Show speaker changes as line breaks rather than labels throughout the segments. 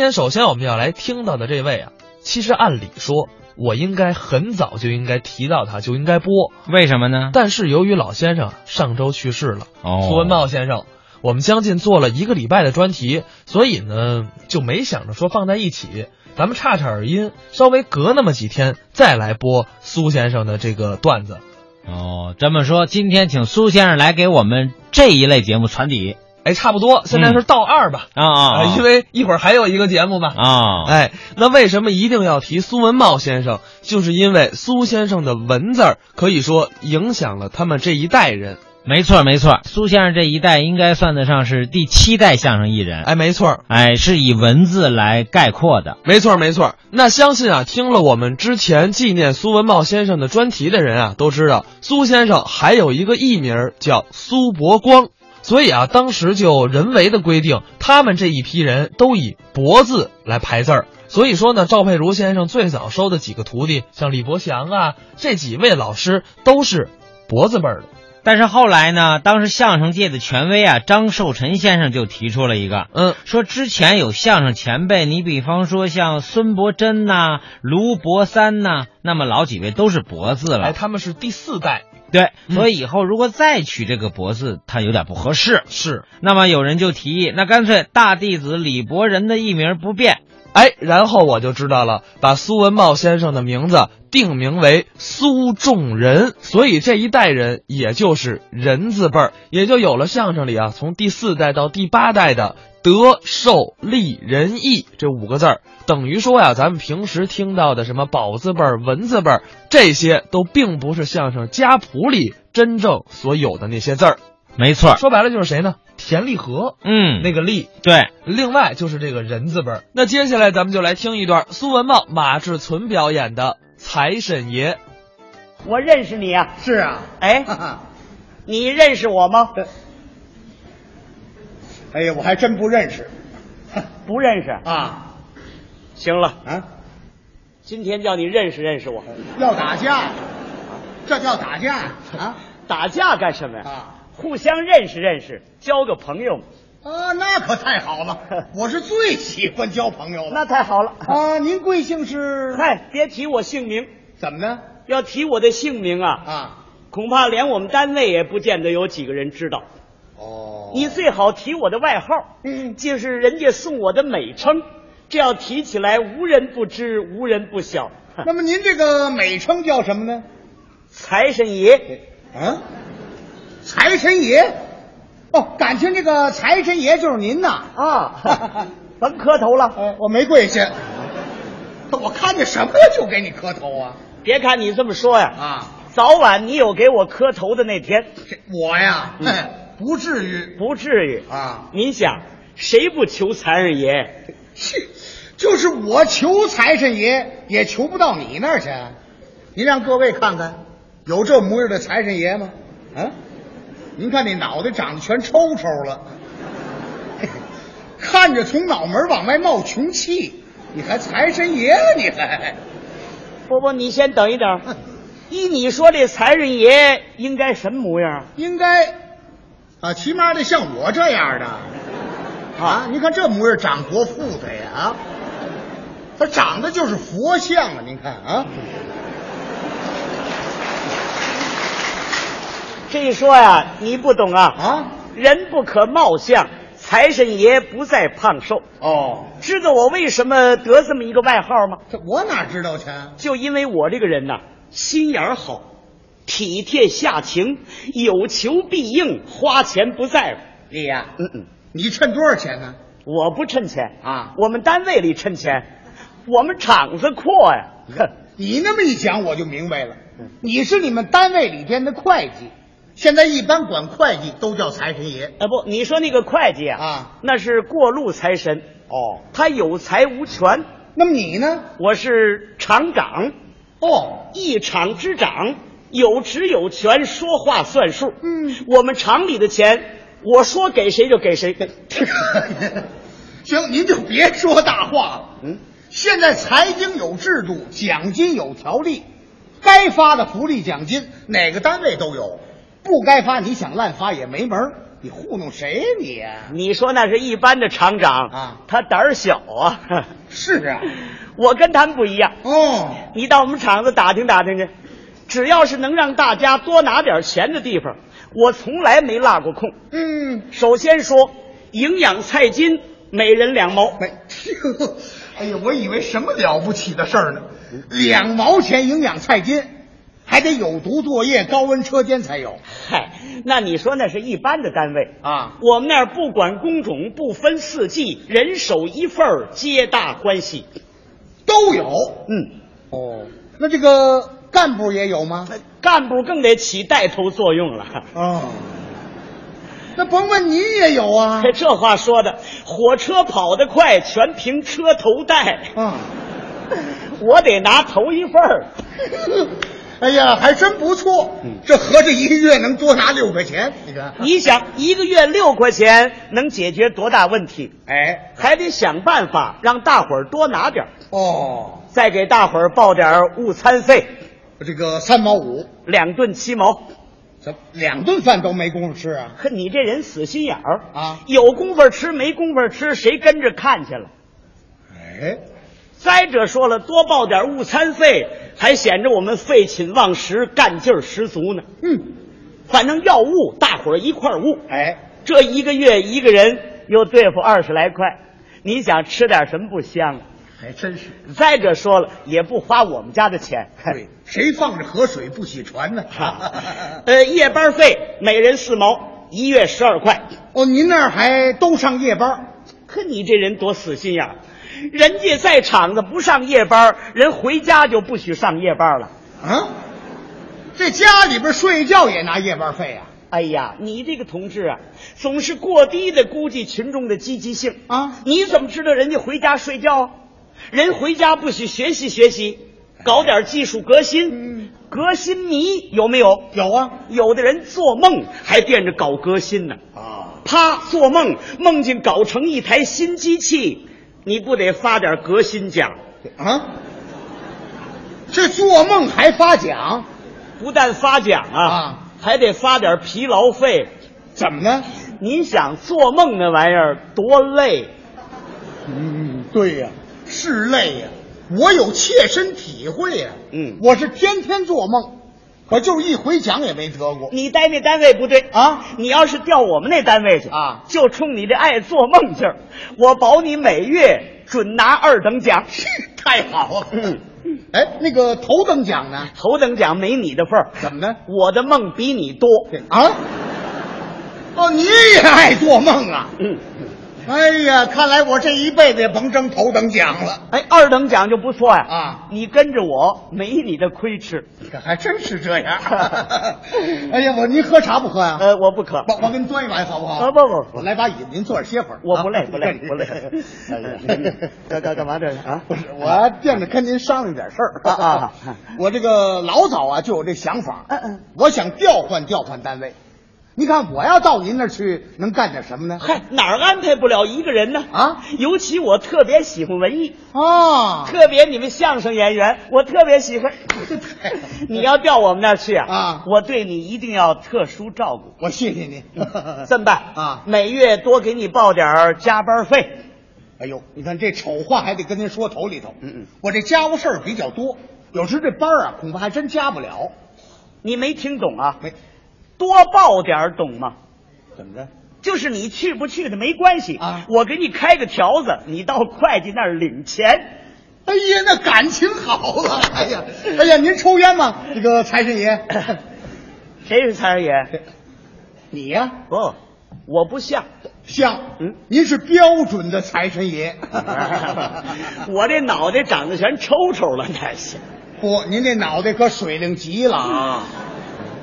今天首先我们要来听到的这位啊，其实按理说我应该很早就应该提到他，就应该播，
为什么呢？
但是由于老先生上周去世了，
哦
苏文茂先生，我们将近做了一个礼拜的专题，所以呢就没想着说放在一起，咱们岔岔耳音，稍微隔那么几天再来播苏先生的这个段子。
哦，这么说，今天请苏先生来给我们这一类节目传底
哎，差不多，现在是到二吧，
啊啊
啊，因为一会儿还有一个节目嘛。
啊，
哎，那为什么一定要提苏文茂先生？就是因为苏先生的文字儿可以说影响了他们这一代人。
没错没错，苏先生这一代应该算得上是第七代相声艺人，
哎，没错儿，
哎，是以文字来概括的。
没错儿，没错儿。那相信啊，听了我们之前纪念苏文茂先生的专题的人啊，都知道苏先生还有一个艺名儿叫苏伯光。所以啊，当时就人为的规定，他们这一批人都以“伯”字来排字儿。所以说呢，赵佩茹先生最早收的几个徒弟，像李伯祥啊，这几位老师都是“伯”字辈儿的。
但是后来呢，当时相声界的权威啊，张寿臣先生就提出了一个，
嗯，
说之前有相声前辈，你比方说像孙伯珍呐、卢伯三呐、那么老几位都是伯字了
哎，。他们是第四代，
对，
嗯
所以以后如果再取这个伯字，它有点不合适。
是。
那么有人就提议，那干脆大弟子李伯仁的艺名不变。
哎，然后我就知道了，把苏文茂先生的名字定名为苏仲仁，所以这一代人也就是人字辈儿，也就有了相声里啊，从第四代到第八代的德、寿、利、仁、义这五个字儿。等于说呀、咱们平时听到的什么宝字辈儿、文字辈儿，这些都并不是相声家谱里真正所有的那些字儿。
没错，
说白了就是谁呢？田立和，
嗯，
那个立，
对，
另外就是这个人字辈儿。那接下来咱们就来听一段苏文茂、马志存表演的《财神爷》。
我认识你啊，
是啊，
哎，你认识我吗？
哎呀，我还真不认识。
不认识。
啊
行了，
啊，
今天叫你认识认识我。
要打架，这叫打架啊
打架干什么呀？
啊
互相认识认识，交个朋友嘛。
啊！那可太好了，我是最喜欢交朋友了。
太好了
啊，您贵 姓是？
嗨，别提我姓名，
怎么呢？
要提我的姓名啊，
啊，
恐怕连我们单位也不见得有几个人知道。
哦
你最好提我的外号，
嗯
就是人家送我的美称，这要提起来无人不知，无人不晓。
那么您这个美称叫什么呢？
财神爷，
啊，财神爷。哦，感情这个财神爷就是您呐。
啊， 甭磕头了。
哎，我没跪下，我看见什么了就给你磕头啊
别看你这么说呀，
啊！
早晚你有给我磕头的那天，
这我呀，哎不至于
不至于。
啊，
您想，谁不求财神爷？
去，就是我求财神爷也求不到你那儿去。您让各位看看，有这模样的财神爷吗？啊，您看那脑袋长得全抽抽了， 看着从脑门往外冒穷气，你还财神爷啊？你还
不不，你先等一等。依你说，这财神爷应该什么模样
应该啊，起码得像我这样的。啊，您看这模样长多富态呀！啊，他长得就是佛像啊！您看啊，
啊？这一说呀，你不懂啊。
啊，
人不可貌相，财神爷不在胖瘦。
哦，
知道我为什么得这么一个外号吗？
这我哪知道去？啊？
就因为我这个人呐、心眼儿好，体贴下情，有求必应，花钱不在乎。
李呀，
嗯嗯。
你趁多少钱呢？
我不趁钱
啊
我们单位里趁钱，我们厂子阔呀。
你那么一讲，我就明白了，你是你们单位里边的会计，现在一般管会计都叫财神爷。
啊不，你说那个会计啊，
啊
那是过路财神，
哦，
他有财无权。
那么你呢？
我是厂长，
哦，
一厂之长，有职有权，说话算数。
嗯，
我们厂里的钱，我说给谁就给谁。
行，您就别说大话了。
嗯，
现在财经有制度，奖金有条例，该发的福利奖金哪个单位都有，不该发你想滥发也没门儿你糊弄谁你呀、
你说那是一般的厂长
啊
他胆儿小啊。
是 啊，
我跟他们不一样，
哦，
你到我们厂子打听打听去，只要是能让大家多拿点钱的地方，我从来没落过空。
嗯，
首先说营养菜金，每人两毛。
没，哎呀，我以为什么了不起的事儿呢，两毛钱营养菜金，还得有毒作业、高温车间才有
嗨，那你说那是一般的单位？
啊。
我们那儿不管工种，不分四季，人手一份儿，皆大欢喜。
都有
嗯，
哦。那这个干部也有吗？
干部更得起带头作用了。
哦，那甭问你也有啊。
这话说的，火车跑得快，全凭车头带。
嗯，
我得拿头一份儿。
哎呀，还真不错。这合着一个月能多拿六块钱，你看。
你想，一个月六块钱能解决多大问题？
哎，
还得想办法让大伙儿多拿点儿，
哦，
再给大伙儿报点儿午餐费，
这个三毛五，
两顿七毛。
怎么两顿饭都没工夫吃啊？
呵，你这人死心眼儿
啊
有功夫吃没功夫吃，谁跟着看去了？
哎，
再者说了，多报点午餐费，还显着我们废寝忘食、干劲儿十足呢。
嗯，
反正要悟，大伙儿一块儿悟。
哎，
这一个月一个人又对付二十来块，你想吃点什么不香啊？
还真是。
再者说了，也不花我们家的钱。
对，谁放着河水不洗船呢？
呃，夜班费每人四毛，一月十二块。
哦，您那儿还都上夜班？
可你这人多死心眼儿，人家在厂子不上夜班儿，人回家就不许上夜班儿了。
啊？这家里边睡觉也拿夜班费啊？
哎呀，你这个同志啊，总是过低的估计群众的积极性
啊
你怎么知道人家回家睡觉啊？人回家不许学习学习，搞点技术革新，
嗯
革新迷有没有？
有啊。
有的人做梦还惦着搞革新呢。
啊，
啪，做梦梦见搞成一台新机器，你不得发点革新奖？
啊，这做梦还发奖？
不但发奖啊，
啊
还得发点疲劳费。
怎么呢？
您想做梦那玩意儿多累？
嗯，对呀、是累呀、我有切身体会呀、
嗯
我是天天做梦，可就是一回奖也没得过。
你待那单位不对
啊
你要是调我们那单位去
啊
就冲你这爱做梦劲儿，我保你每月准拿二等 奖。
太好了
嗯，
哎，那个头等奖呢？
头等奖没你的份儿，
怎么呢？
我的梦比你多。嗯
啊？哦，你也爱做梦啊？
嗯，
哎呀，看来我这一辈子也甭争头等奖了。
哎，二等奖就不错呀、
啊
你跟着我没你的亏吃。
这还真是这样。哎呀，我您喝茶不喝呀、
呃，我不渴。
我我给你端一碗好啊不好？
啊不不不
我来把椅子，您坐着歇会儿。
我不累
啊
不累不累 哎呀 干干干嘛这是啊
不是，我惦着跟您商量点事儿
啊啊啊
我这个老早啊就有这想法，
嗯嗯，
我想调换调换单位。你看我要到您那儿去，能干点什么呢？
嗨，哪儿安排不了一个人呢？
啊，
尤其我特别喜欢文艺，
啊，
特别你们相声演员，我特别喜 欢。你要调我们那儿去啊？
啊
我对你一定要特殊照顾。
我谢谢 您。
这么办
啊
每月多给你报点儿加班费。
哎呦，你看这丑话还得跟您说头里头。
嗯嗯，
我这家务事儿比较多，有时这班儿啊恐怕还真加不了。
你没听懂啊？
没，
多报点儿懂吗？
怎么着？
就是你去不去的没关系
啊
我给你开个条子，你到会计那儿领 钱。
哎呀，那感情好了。哎呀，哎呀，您抽烟吗？这个财神爷，
谁是财神 爷？
你呀、
不，我不像。
像，
嗯。
您是标准的财神 爷
我这脑袋长得全抽抽了，那是。
不，您这脑袋可水灵极了啊，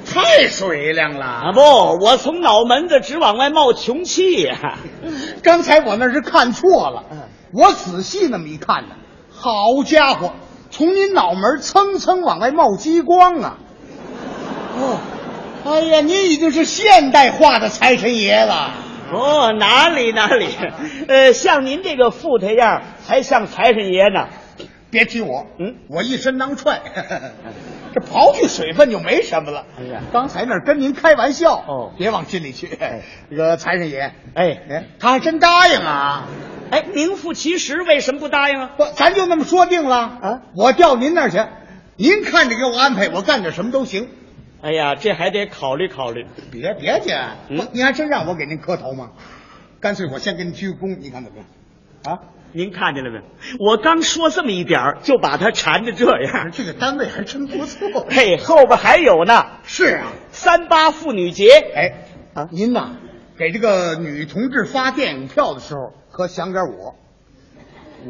太水灵了。
啊不，我从脑门子直往外冒穷气呀、
刚才我那是看错了，我仔细那么一看呢，好家伙，从您脑门蹭蹭往外冒激光啊！哦，哎呀，您已经是现代化的财神爷了。
哦，哪里哪里，呃，像您这个富态样儿才像财神爷呢。
别提我，
嗯，
我一身囊踹。 这刨去水分就没什么了
哎呀。
刚才那儿跟您开玩笑，
哦
别往心里去。这个财神爷，
哎
哎，他还真答应啊！
哎，名副其实，为什么不答应啊？
不，咱就那么说定了啊！我调您那儿去，您看着给我安排，我干点什么都行。
哎呀，这还得考虑考虑。
别别介，
嗯
不您还真让我给您磕头吗？干脆我先给您鞠个躬，你看怎么样？啊，
您看见了没？我刚说这么一点儿，就把他缠得这样。
这个单位还真不错。
嘿，后边还有呢，
是啊，
三八妇女节。
哎，啊，您呐，给这个女同志发电影票的时候，可想点我，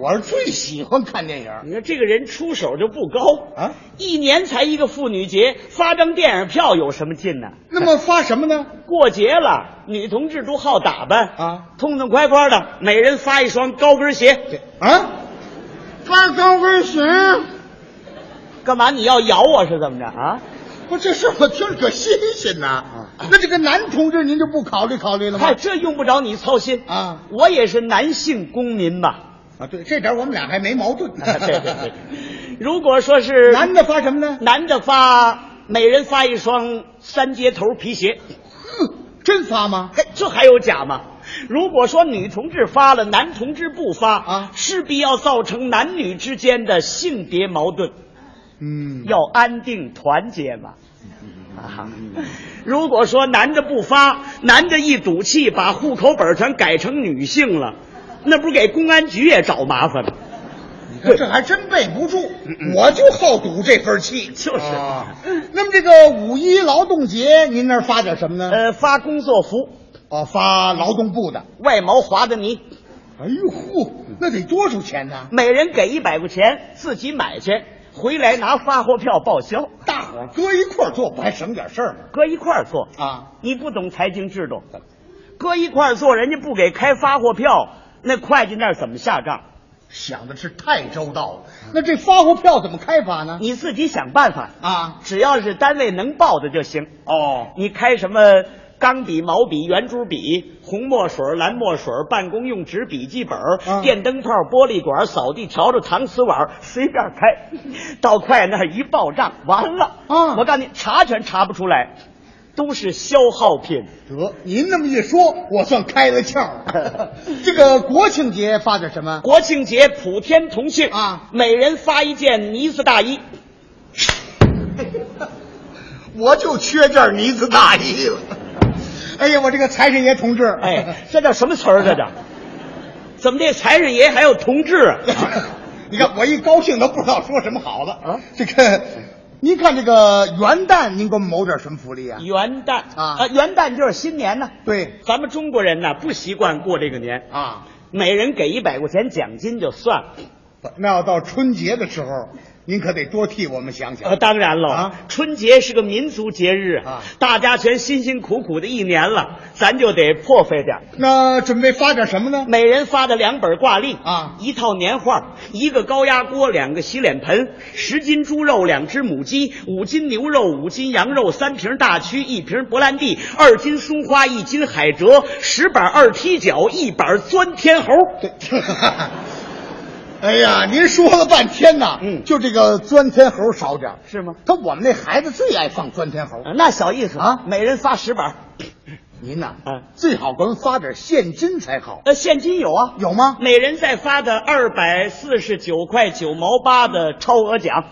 我是最喜欢看电影。
你看这个人出手就不高
啊，
一年才一个妇女节，发张电影票有什么劲呢？
那么发什么呢？
过节了，女同志都好打扮
啊，
痛痛快快的，每人发一双高跟鞋。
啊，发高跟鞋？
干嘛？你要咬我是怎么着啊？
不，这事我听着可新鲜呐。那这个男同志您就不考虑考虑了吗
嗨，？这用不着你操心
啊
我也是男性公民 嘛。
啊，对，这点我们俩还没矛盾呢。
啊对对对，如果说是
男的发什么呢？
男的发，每人发一双三接头皮鞋，
哼，真发吗？
嘿，这还有假吗？如果说女同志发了，男同志不发
啊
势必要造成男女之间的性别矛盾，
嗯，
要安定团结嘛。啊，如果说男的不发，男的一赌气把户口本全改成女性了，那不是给公安局也找麻烦吗？
你看这还真备不住，我就好赌这份气。
就是
啊那么这个五一劳动节，您那儿发点什么呢？
呃，发工作服，
哦，发劳动部的。
外毛划的泥，
哎呦呼，那得多少钱呢？
每人给一百块钱，自己买去，回来拿发货票报销，
大伙儿搁一块儿做，不还省点事儿吗？
搁一块儿做。
啊，
你不懂财经制度，搁一块儿做，人家不给开发货票，那会计那儿怎么下账？
想的是太周到了。那这发货票怎么开发呢？
你自己想办法，
啊，
只要是单位能报的就行。
哦，
你开什么钢笔、毛笔、圆珠笔、红墨水、蓝墨水、办公用纸、笔记本、
嗯
电灯泡、玻璃管、扫地笤帚、搪瓷碗，随便开， 到会计那儿一报账，完了。
嗯
我告诉你，查全查不出来，都是消耗品。
得，您那么一说，我算开了窍 了。这个国庆节发点什么？
国庆节普天同庆
啊
每人发一件呢子大衣。
我就缺件呢子大衣了。哎呀，我这个财神爷同志，
哎，这叫什么词儿？这叫？怎么这财神爷还有同志啊？
你看我一高兴都不知道说什么好了
啊
这个，您看这个元旦，您给我们谋点什么福利啊？
元旦
啊
呃元旦就是新年呢。
对
咱们中国人呢不习惯过这个年，
啊，
每人给一百块钱奖金就算了。
不那要到春节的时候，您可得多替我们想想。
呃，当然喽，
啊
春节是个民族节日
啊
大家全辛辛苦苦的一年了，咱就得破费点儿。
那准备发点什么呢？
每人发的两本挂历
啊
一套年画，一个高压锅，两个洗脸盆，十斤猪肉，两只母鸡，五斤牛肉，五斤羊肉，三瓶大曲，一瓶勃兰地，二斤松花，一斤海蜇，十板二踢脚，一板钻天猴。
对，哎呀，您说了半天呐，
嗯
就这个钻天猴少点儿
是吗
他我们那孩子最爱放钻天猴。
啊那小意思
啊
每人发十板。
您呐，
嗯
最好给我们发点现金才好，
呃，现金有啊，
有吗？
每人再发的二百四十九块九毛八的超额奖。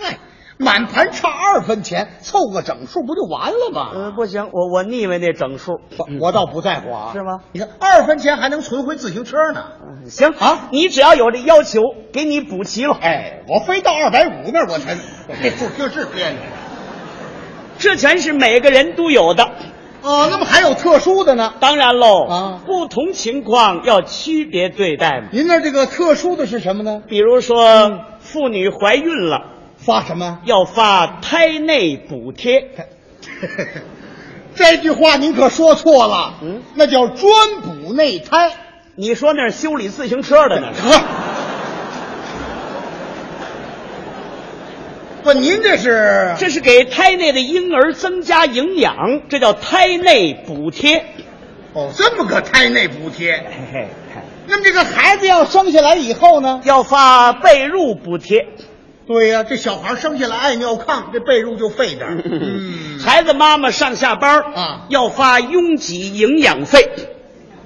嗨，满盘差二分钱，凑个整数不就完了吗？
呃，不行，我我腻歪那整数。
我我倒不在乎啊，
是吗？
你看二分钱还能存回自行车呢。
嗯行
啊
你只要有这要求，给你补齐了。
哎，我非到二百五那儿我才，这数就是别扭。
这全是每个人都有的。
哦，那么还有特殊的呢？
当然喽，
啊
不同情况要区别对待嘛。
您那儿这个特殊的是什么呢？
比如
嗯
说，妇女怀孕了，
发什么？
要发胎内补贴。
这句话您可说错了，
嗯，
那叫专补内胎。
你说那是修理自行车 的呢？
不，您这是
这是给胎内的婴儿增加营养，这叫胎内补贴。
哦，这么个胎内补贴。
嘿嘿，
那么这个孩子要生下来以后呢？
要发被褥补贴。
对呀、这小孩生下来爱尿炕，这被褥就费点儿。嗯，
孩子妈妈上下班儿
啊
要发拥挤营养费，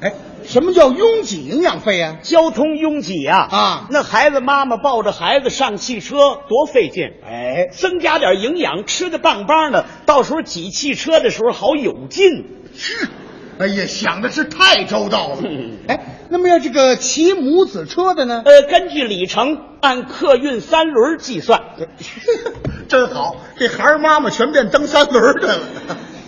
哎，什么叫拥挤营养费呀、
交通拥挤啊
啊
那孩子妈妈抱着孩子上汽车多费劲，
哎，
增加点营养，吃的棒棒的，到时候挤汽车的时候好有劲。
是，哎呀，想的是太周到了
嗯。
哎，那么要这个骑母子车的呢？
呃，根据里程按客运三轮计算，
呃 真好，这孩儿妈妈全变蹬三轮儿的了。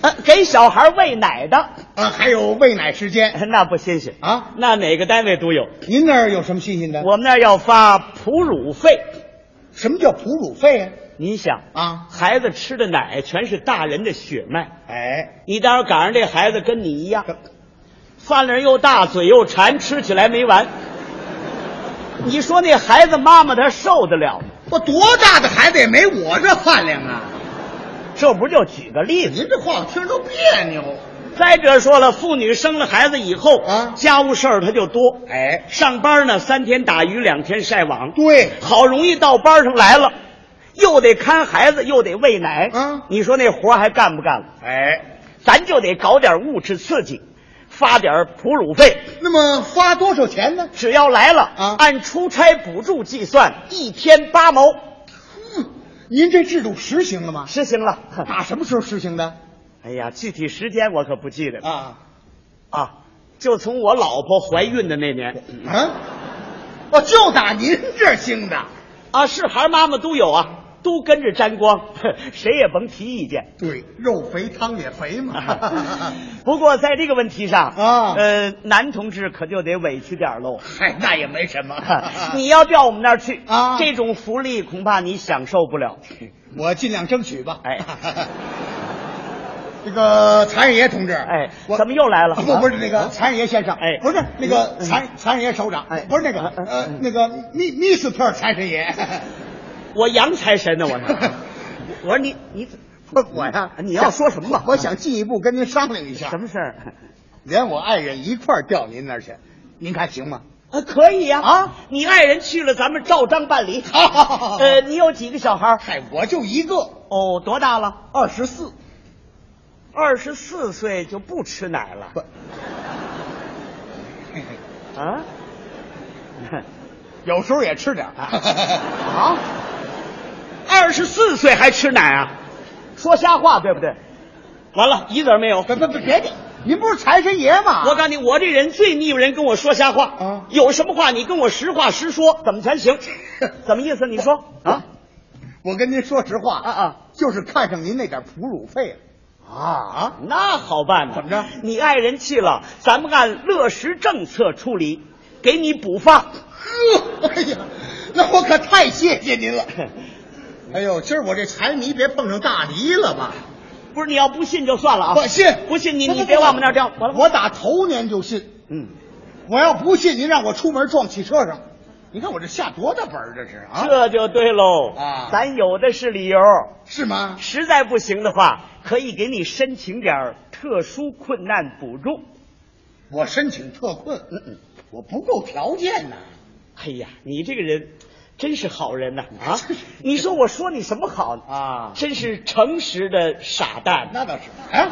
呃，给小孩喂奶的
啊，还有喂奶时间，
那不新鲜
啊，
那哪个单位都有。
您那儿有什么新鲜的？
我们那儿要发哺乳费，
什么叫哺乳费呀、
你想，
啊？
孩子吃的奶全是大人的血脉，
哎，
你到时候赶上这孩子跟你一样
这，
饭量又大，嘴又馋，吃起来没完。你说那孩子妈妈她受得了吗？
我多大的孩子也没我这饭量啊！
这不就举个例子？
您这话我听着都别扭。
再者说了，妇女生了孩子以后
嗯啊
家务事儿她就多。
哎，
上班呢，三天打鱼两天晒网，
对，
好容易到班上来了，又得看孩子，又得喂奶，
嗯
你说那活儿还干不干了？
哎，
咱就得搞点物质刺激，发点哺乳费，
那么花多少钱呢？
只要来了，
啊
按出差补助计算，一天八毛，
您这制度实行了吗？
实行了。
打什么时候实行的？
哎呀，具体时间我可不记得了
啊
啊，就从我老婆怀孕的那年
啊！哦，就打您这兴的。
啊，是孩儿妈妈都有啊，都跟着沾光， 谁也甭提意见。
对，肉肥汤也肥 嘛。
不过在这个问题上
啊
呃，男同志可就得委屈点儿喽。
嗨，那也没什么
你要调我们那儿去
啊
这种福利恐怕你享受不了。
我尽量争取吧。
哎，
这个财神爷同志，
哎
我啊
怎么又来了啊
不，不是那个财神爷先生，
哎
不是那个
嗯
财财神爷首长，
哎
不是那个
嗯
呃那个密密斯特财神爷，
我洋财神呢，我 是。 我说你你
不是我呀，
你要说什么吧
我想进一步跟您商量一下，
什么事儿？
连我爱人一块儿调您那儿去，您看行吗？
啊，可以呀
啊！
你爱人去了，咱们照章办理。
好好好好
呃，你有几个小孩儿？
嗨，我就一个，
哦，多大了？
二十四，
二十四岁就不吃奶了
不，
啊？
有时候也吃点儿。
啊？二十四岁还吃奶啊？说瞎话对不对？完了，一子儿没有。
不不不， 别介，您不是财神爷吗？
我告诉你，我这人最腻歪人跟我说瞎话。
啊
有什么话你跟我实话实说，怎么全 行？怎么意思？你说啊
我跟您说实话
啊啊，
就是看上您那点哺乳费啊啊！
那好办呢
怎么着
你爱人去了，咱们按落实政策处理，给你补发。
呵，哎呀，那我可太谢谢 您了。哎呦，今儿我这财迷别碰上大泥了吧？
不是你要不信就算了啊！
我信
不信你你别往我们那儿调。完了，
我打头年就信，
嗯，
我要不信您让我出门撞汽车上，你看我这下多大本儿这是啊？
这就对喽。
啊
咱有的是理由。
是吗？
实在不行的话，可以给你申请点儿特殊困难补助。
我申请特困，嗯嗯，我不够条件呐。
哎呀，你这个人真是好人呐！ 啊，你说我说你什么好呢？
啊
真是诚实的傻蛋。
那倒是，哎，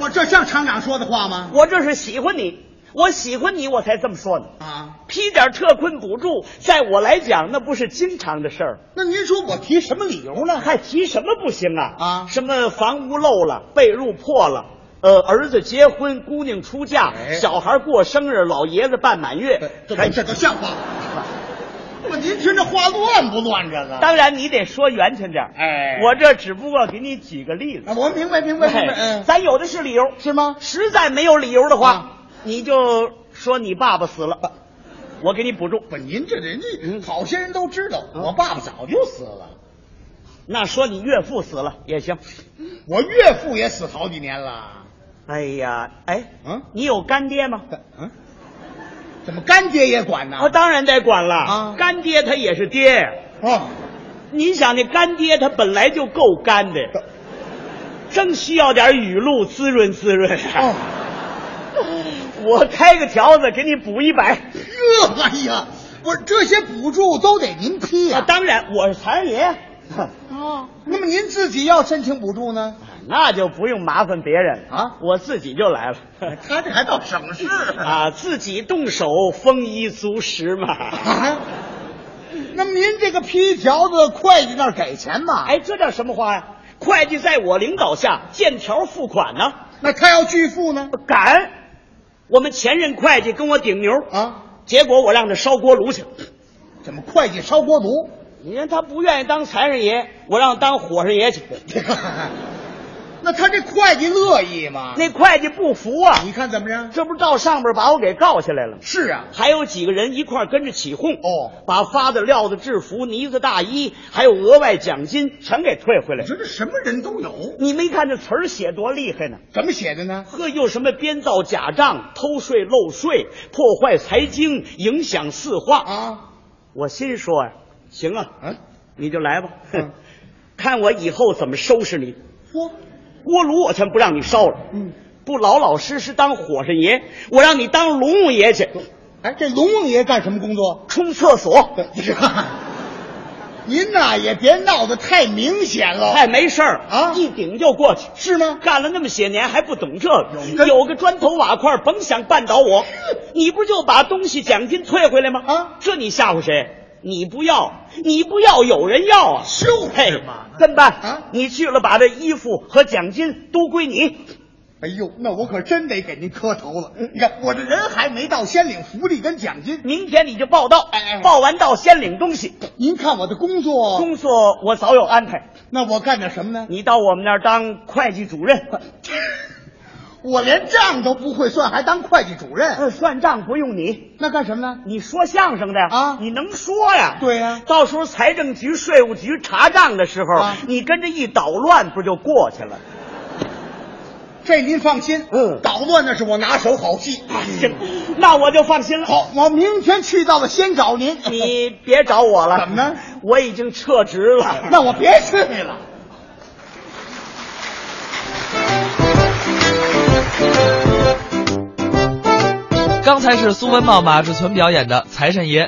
我这像厂长说的话吗？
我这是喜欢你，我喜欢你，我才这么说呢。
啊，
批点特困补助，在我来讲，那不是经常的事儿。
那您说我提什么理由呢？
还提什么不行啊？
啊
什么房屋漏了，被褥破了。呃，儿子结婚，姑娘出嫁，
哎
小孩过生日，老爷子办满月，
这这这都像话 吗？我您听这话乱不乱？这个，
当然你得说圆圈点儿
哎
我这只不过给你举个例子。
啊我明白明白明白，
哎
嗯，
咱有的是理由，
是吗？
实在没有理由的话，
啊
你就说你爸爸死了，我给你补助。
不，您这人家
嗯
好些人都知道，我爸爸早就死了，
那说你岳父死了也行。
我岳父也死好几年了，
哎呀，哎，
嗯
你有干爹吗？
嗯，怎么干爹也管呢？
我当然得管了，
啊
干爹他也是爹呀。
哦，
你想那干爹他本来就够干的，正需要点雨露滋润滋润。
哦，
我开个条子给你补一百，
啊这哎呀，不是这些补助都得您批
啊，
呀、
当然我是财神 爷，哼
哦，那么您自己要申请补助呢？
那就不用麻烦别人
啊
我自己就 来了。
他这还到省市啊？
啊，自己动手，丰衣足食嘛。
啊那么您这个批条子，会计那儿给钱吗？，
哎，这叫什么话呀、会计在我领导下见条付款呢、
那他要拒付呢？
敢！我们前任会计跟我顶牛，
啊，
结果我让他烧锅炉去。
怎么会计烧锅炉？
你看他不愿意当财神爷，我让他当火神爷去。
那他这会计乐意吗？
那会计不服啊，
你看怎么样？
这不是到上边把我给告起来了吗？
是啊，
还有几个人一块儿跟着起哄，
哦，
把发的、料的、制服、呢子、大衣，还有额外奖金全给退回来
你。说这什么人都有，
你没看这词儿写多厉害呢？
怎么写的呢？
呵，又什么编造假账、偷税漏税、破坏财经、影响四化
啊，
我心说呀、行啊，
嗯、
你就来吧，
嗯
看我以后怎么收拾你。
嚯，
锅炉我全不让你烧了，
嗯，
不老老实实当火神爷，我让你当龙王爷去，
哎，这龙王爷干什么工作？
冲厕
嗯
所。
您呐也别闹得太明显了，
哎，没事儿
啊
一顶就过去。
是吗？
干了那么些年还不懂这
有
个，
根嗯
有个砖头瓦块，甭想绊倒我。你不就把东西奖金退回来吗？
啊
这你吓唬谁？你不要，你不要，有人要啊！
就
嘿
是嘛，
跟班
啊
你去了，把这衣服和奖金都归你。
哎呦，那我可真得给您磕头了。你看我这人还没到，先领福利跟奖金。
明天你就报到，
哎哦哎
报完到先领东西。
您看我的工作，
工作我早有安排，
那我干点什么呢？
你到我们那儿当会计主任，
哦我连账都不会算，还当会计主任，
呃算账不用你。
那干什么呢？
你说相声的呀
啊
你能说呀？
对呀
到时候财政局、税务局查账的时候，
啊
你跟着一捣乱，不就过去 了？
这您放心，
嗯
捣乱那是我拿手好戏。
行，那我就放心了。，
好，我明天去到了先找您。
你别找我了。
怎么呢？
我已经撤职了。
那我别去了。
刚才是苏文茂、马志存表演的《财神爷》。